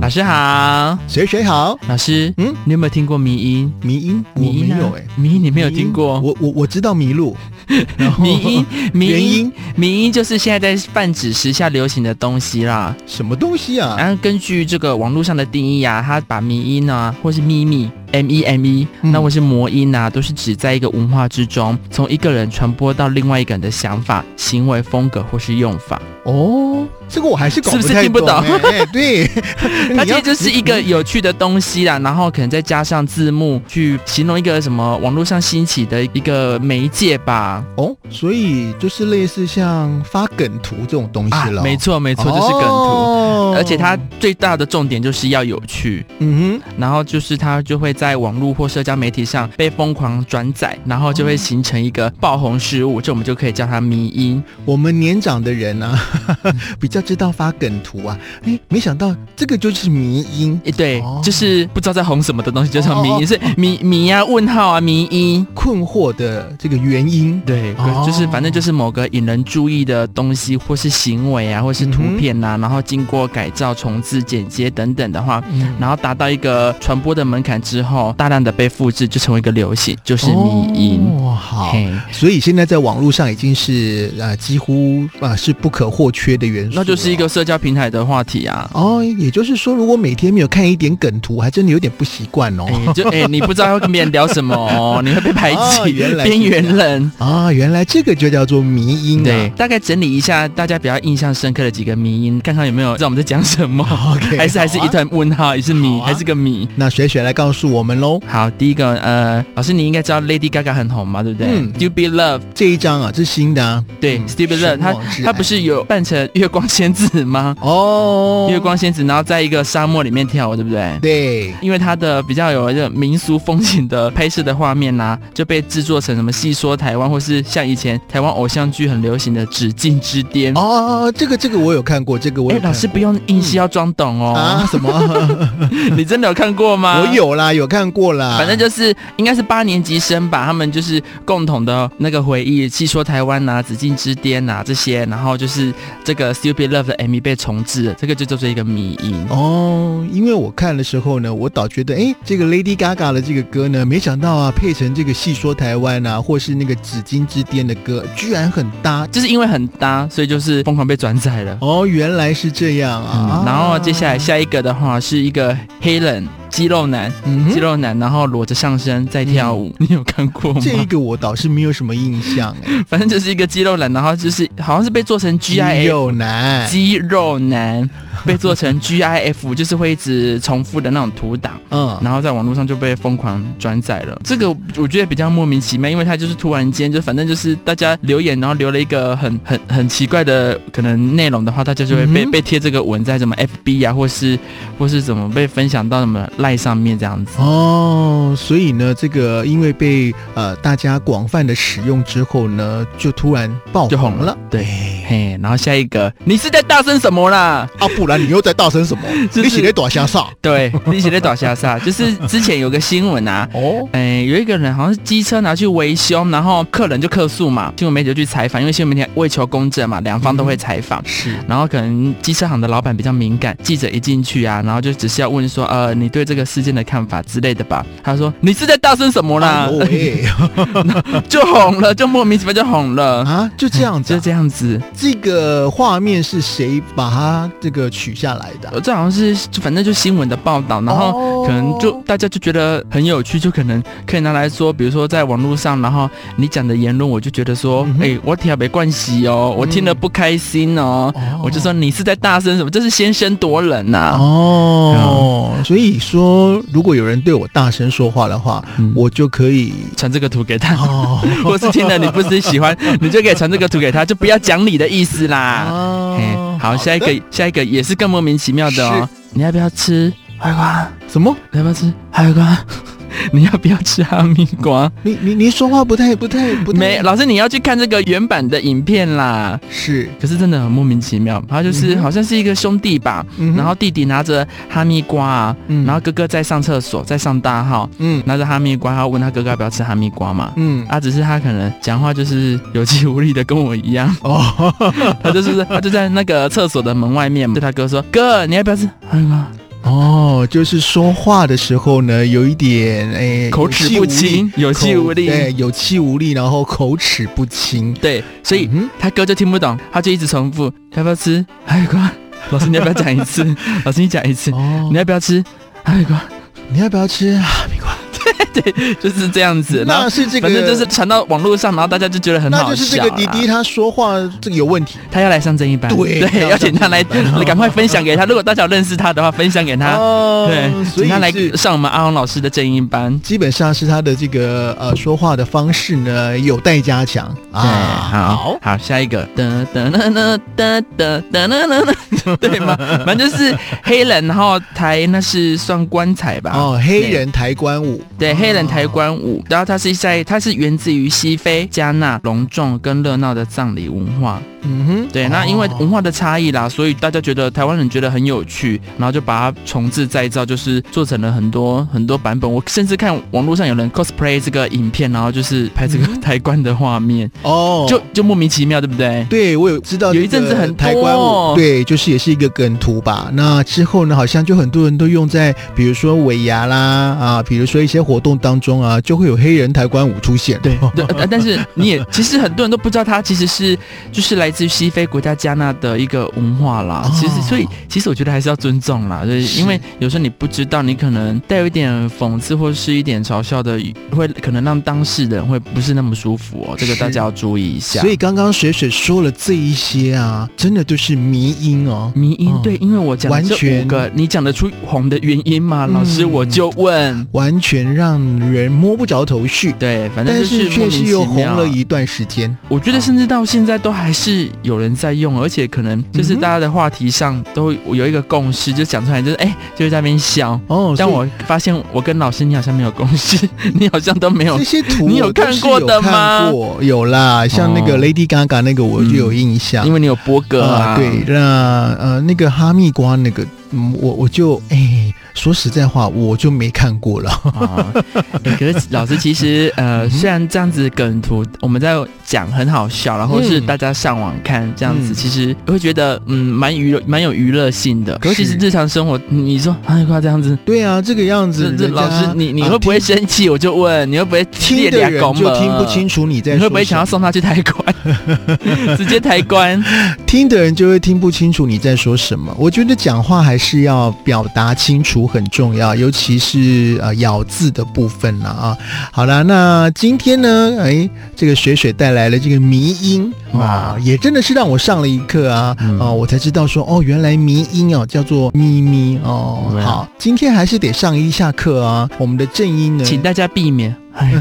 老师好，谁谁好？老师，嗯嗯，你有没有听过迷音？迷音？我迷音没啊有哎、迷音你没有听过？我我我知道迷路，然 后迷音，迷原音因，迷音就是现在在泛指时下流行的东西啦。什么东西啊？然后根据这个网络上的定义啊，它把迷音啊，或是秘密 M E M E，嗯那或是魔音啊，都是指在一个文化之中，从一个人传播到另外一个人的想法、行为、风格或是用法。哦，这个我还是搞是不是太听不懂、懂欸。 对， 它 你其要实就是一个有趣的东西啦，然后可能再加上字幕去形容一个什么网络上兴起的一个媒介吧。哦，所以就是类似像发梗图这种东西了、啊没，错没错，就是梗图。哦而且它最大的重点就是要有趣，嗯哼，然后就是它就会在网络或社交媒体上被疯狂转载，然后就会形成一个爆红事物，这我们就可以叫它迷音。我们年长的人啊， 比较知道发梗图啊，哎，没想到这个就是迷音。诶对，哦就是不知道在红什么的东西就叫迷哦哦 音，哦是迷迷啊问号啊迷音。困惑的这个原因，对，哦就是反正就是某个引人注意的东西，或是行为啊，或是图片呐、然后经过改造、重置、剪接等等的话，嗯，然后达到一个传播的门槛之后，大量的被复制，就成为一个流行，就是迷因。哦，好，嘿，所以现在在网络上已经是呃几乎啊、呃是不可或缺的元素了，那就是一个社交平台的话题啊。哦，也就是说，如果每天没有看一点梗图，还真的有点不习惯哦。哎，就哎、 你不知道要跟别人聊什么哦，你会被排哦挤，原来是边缘人。啊，原来这个就叫做迷音啊。对，大概整理一下大家比较印象深刻的几个迷音，看看有没有知道我们在讲什么。 ，OK，还是还是好啊一团问号，也是谜，好啊还是个谜。那雪雪来告诉我们喽。好，第一个，呃，老师你应该知道 Lady Gaga 很红嘛，对不对、嗯 s t u p i d Love，这一张啊，这是新的啊，对、嗯 s t u p i d 神 Love，他往之他爱不是有扮成月光仙子吗？哦，月光仙子，然后在一个沙漠里面跳舞，对不对？对，因为它的比较有这种民俗风情的拍摄的画面呐、啊就被制作成什么戏说台湾，或是像以前台湾偶像剧很流行的《紫禁之巅》。哦，这个这个我有看过，这个我哎、有看过。嗯老师不用硬是要装懂哦，啊，什么？ 你真的有看过吗？我。有啦，有看过啦。啊反正就是应该是八年级生吧，他们就是共同的那个回忆，戏说台湾呐、紫禁之巅呐、这些，然后就是这个 Stupid Love 的 MV 被重置了，这个就叫做一个迷因。哦，因为我看的时候呢，我倒觉得，哎，这个 Lady Gaga 的这个歌呢，没想到啊，配成这个《戏说台湾》啊，或是那个《紫金之巅》的歌，居然很搭。就是因为很搭，所以就是疯狂被转载了。哦，原来是这样嗯啊。然后接下来，下一个的话是一个黑人肌肉男，嗯肌哼，嗯肉男，然后裸着上身在跳舞， 你有看过吗？这一个我倒是没有什么印象 哎。反正就是一个肌肉男，然后就是好像是被做成 GIF 有男肌肉男被做成 GIF，就是会一直重复的那种图档，嗯，然后在网络上就被疯狂转载了。这个我觉得比较莫名其妙，因为他就是突然间就反正就是大家留言，然后留了一个很很很奇怪的可能内容的话，大家就会被、嗯哼被贴这个文在什么 FB 啊，或是或是怎么被分享到什么赖上面这样子。哦，所以呢，这个因为被呃大家广泛的使用之后呢，就突然爆就红哦了。哎对，嘿，然后下一个，你是在大声什么啦？啊，不然你又在大声什么？ 就是你写的短瞎啥？对，你是在打下啥？就是之前有个新闻啊，哦，哎，有一个人好像是机车拿去维修，然后客人就客诉嘛，新闻媒体就去采访，因为新闻媒体为求公正嘛，两方都会采访。是然后可能机车行的老板比较敏感，记者一进去啊，然后就只是要问说，呃，你对这个事件的看法之类的吧。他说你是在大声什么啦哎？呦喂 就红了，就莫名其妙就红了，啊，就这样子就啊、这样子。这个画面是谁把它这个取下来的啊、呃这好像是就反正就新闻的报道，然后哦可能就大家就觉得很有趣，就可能可以拿来说，比如说在网络上，然后你讲的言论，我就觉得说，哎、嗯哼我听了没关系哦，我听了不开心哦，哦我就说你是在大声什么，这是先声夺人呐、哦，啊所以说如果有人对我大声说话的话，嗯我就可以传这个图给他，哦或是听了你不是喜 欢，你就可以传这个图给他，就不要讲理的意思啦。 嘿啊好，下一个，下一个也是更莫名其妙的哦，你要不要吃海瓜？什么？你要不要吃海瓜？ 你要不要吃哈密瓜？你你你说话不太不太不太没，老师你要去看这个原版的影片啦。是，可是真的很莫名其妙，他就是嗯哼好像是一个兄弟吧，嗯哼然后弟弟拿着哈密瓜啊，嗯然后哥哥在上厕所，在上大号，嗯拿着哈密瓜，他问他哥哥要不要吃哈密瓜嘛。嗯啊，只是他可能讲话就是有气无力的，跟我一样。 哦， 他就是他就在那个厕所的门外面对他哥说：“哥，你要不要吃？”哎呀，哦，就是说话的时候呢，有一点哎诶、口齿不清，有有气气无无力，力口。对，有气无力，然后口齿不清，对，所以嗯他哥就听不懂，他就一直重复要不要吃海 瓜？老师你要不要讲一次？老师你讲一次哼，哦，你要不要吃哎海瓜？你要不要吃啊？就是这样子，然 那后是这个，反正就是传到网络上，然后大家就觉得很那好就是这笑啊个啦。迪迪他说话这个有问题他要来上正一班，对他要邀请他 来上正一班，赶快分享给他。如果大家有认识他的话，分享给他，哦对，所请他来以是。上我们阿红老师的正一班。基本上是他的这个呃说话的方式呢有待加强啊对，好，好，下一个， 噔噔噔噔噔噔噔噔噔，对吗？反正就是黑人，然后台那是算棺材吧？哦，黑人抬棺舞，对，哦黑人抬棺舞，然后它是在它是源自于西非、加纳隆重跟热闹的葬礼文化。嗯哼，对，那因为哦文化的差异啦，所以大家觉得台湾人觉得很有趣，然后就把它重置再造，就是做成了很多很多版本。我甚至看网络上有人 cosplay 这个影片，然后就是拍这个嗯抬棺的画面，哦，就就莫名其妙，对不对？对我有知道这个有一阵子很多抬棺舞，对，就是也是一个梗图吧。那之后呢，好像就很多人都用在比如说尾牙啦啊，比如说一些活动当中啊，就会有黑人抬棺舞出现。对对，呃但是你也其实很多人都不知道，它其实是就是来自于西非国家加纳的一个文化啦。哦其实，所以其实我觉得还是要尊重啦，就是是因为有时候你不知道，你可能带有一点讽刺或是一点嘲笑的语，会可能让当事人会不是那么舒服哦。这个是大家要注意一下。 所以刚刚水水说了这一些啊，真的都是迷因哦。迷因哦对，因为我讲的完这全五个，你讲得出红的原因吗？老师，嗯我就问。完全让人摸不着头绪，对，反正但就是莫确名实其又红妙了一段时间。我觉得甚至到现在都还是有人在用，而且可能就是嗯哼大家的话题上都有一个共识，就讲出来就是哎、就是在那边笑。哦，但所以我发现我跟老师你好像没有共识， 你好像都没有这。些 图你有我都看是过的吗有看过有啦，像那哦个 Lady Gaga 那个我就嗯有印象。因为你有波哥啊，对，，那呃那个哈密瓜那个，嗯，我我就哎、说实在话，我就没看过了。啊、哎可是老师其实呃，虽然这样子梗图我们在讲很好笑，然后是嗯大家上网看这样子，嗯其实会觉得嗯蛮娱乐蛮有娱乐性的。可是其实是日常生活，你说哎快这样子，对啊，这个样子这人这家，老师，你你啊会不会生气？我就问，你会不会听裂听俩的人拱就门听不清楚你在你说会不会想要什么送他去抬棺？ 直接抬 棺？听的人就会听不清楚你在说什么。我觉得讲话还是要表达清楚很重要，尤其是呃咬字的部分了啊。好啦，那今天呢，哎，这个水水带来了这个迷音啊哇，也真的是让我上了一课啊、嗯啊，我才知道说哦，原来迷音哦叫做咪咪哦。对啊好，今天还是得上一下课啊。我们的正音呢，请大家避免。哎呦，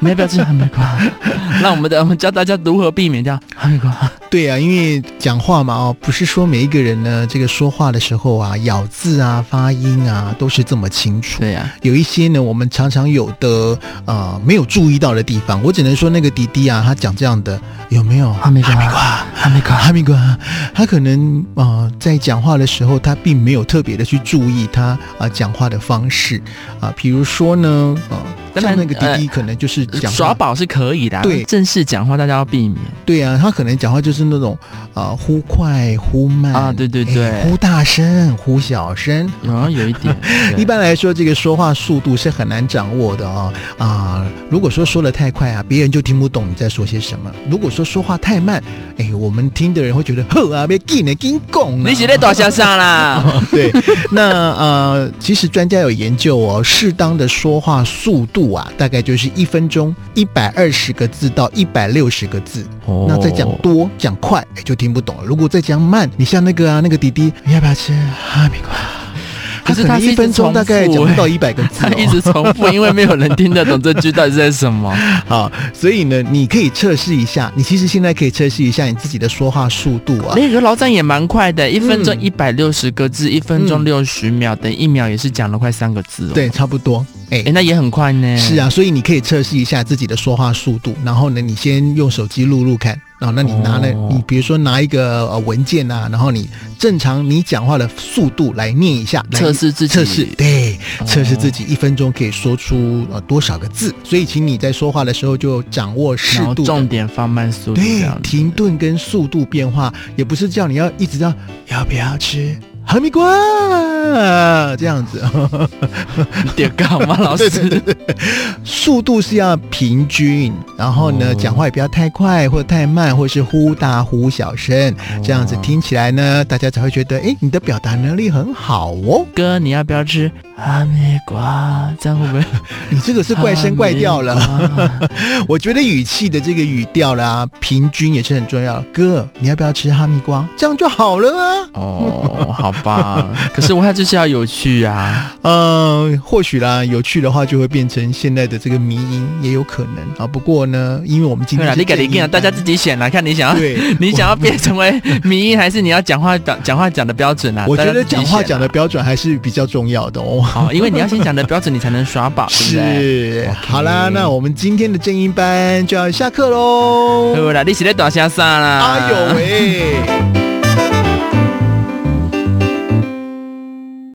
你要不要吃海梅瓜？ 让我们的我们教大家如何避免这样海梅瓜。对啊，因为讲话嘛，哦，不是说每一个人呢，这个说话的时候啊，咬字啊、发音啊，都是这么清楚。对呀、有一些呢，我们常常有的呃没有注意到的地方，我只能说那个迪迪啊，他讲这样的有没有？ 哈密瓜哈密瓜，海梅瓜。哈密瓜，他可能啊、呃在讲话的时候，他并没有特别的去注意他啊、讲话的方式啊、比如说呢，呃，当像然那个迪迪可能就是讲话耍宝是可以的啊，对正式讲话大家要避免。对啊，他可能讲话就是那种啊、忽快忽慢啊对对哎对忽大声忽小声。有啊，有一 点。对一般来说，这个说话速度是很难掌握的哦。啊、如果说说的太快啊，别人就听不懂你在说些什么；如果说说话太慢，哎，我们听的人会觉得呵啊，别紧呢，紧拱啊你。是在大笑啥啦？ 对，那呃，其实专家有研究哦，适当的说话速度啊，大概就是一分钟一百二十个字到一百六十个字。哦那再讲多讲快、哎就听不懂了。如果再讲慢，你像那个啊，那个弟弟你要不要吃哈密瓜？ 可是他他是可能一一分钟大概直重复哎讲不到一百个字、 他哦，一直重复，因为没有人听得懂这句到底在什么。好，所以呢，你可以测试一下，你其实现在可以测试一下你自己的说话速度啊。那个老展也蛮快的，一分钟嗯一百六十个字，一分钟嗯六十秒，等一秒也是讲了快三个字、哦。，对，差不多。哎、哎，那也很快呢。是，啊，所以你可以测试一下自己的说话速度，然后呢，你先用手机录录看。然后，那你拿了，哦你比如说拿一个呃文件啊，然后你正常你讲话的速度来念一下，来测试自己，测试，对，哦测试自己一分钟可以说出呃多少个字。所以，请你在说话的时候就掌握适然后度的重点放慢速度，这对样，子停顿跟速度变化，也不是叫你要一直要要不要吃哈密瓜这样子， 点干嘛？老师，对对对速度是要平均，然后呢，哦讲话也不要太快或太慢，或是忽大忽小声，哦这样子听起来呢，大家才会觉得，哎，你的表达能力很好哦。哥，你要不要吃哈密瓜？这样会不会你 这个是怪声怪调了。哈密瓜我觉得语气的这个语调啦，平均也是很重要。哥，你要不要吃哈密瓜？这样就好了啊。 哦，好吧。可是我还就是要有趣啊。嗯，或许啦，有趣的话就会变成现在的这个迷音，也有可能啊。不过呢，因为我们今对天啦，是你给你建议啊嗯给，大家自啊己选啦，看你想要。对你想要变成为迷音，还是你要讲话讲讲话讲的标 准啊？我觉大家得自己讲选话啊讲的标准还是比较重要的哦。哦，因为你要先讲的标准，你才能耍宝，对不对？是 OK，好啦，那我们今天的正音班就要下课喽。 哎对啦，你是在大声啥啦？哎呦喂！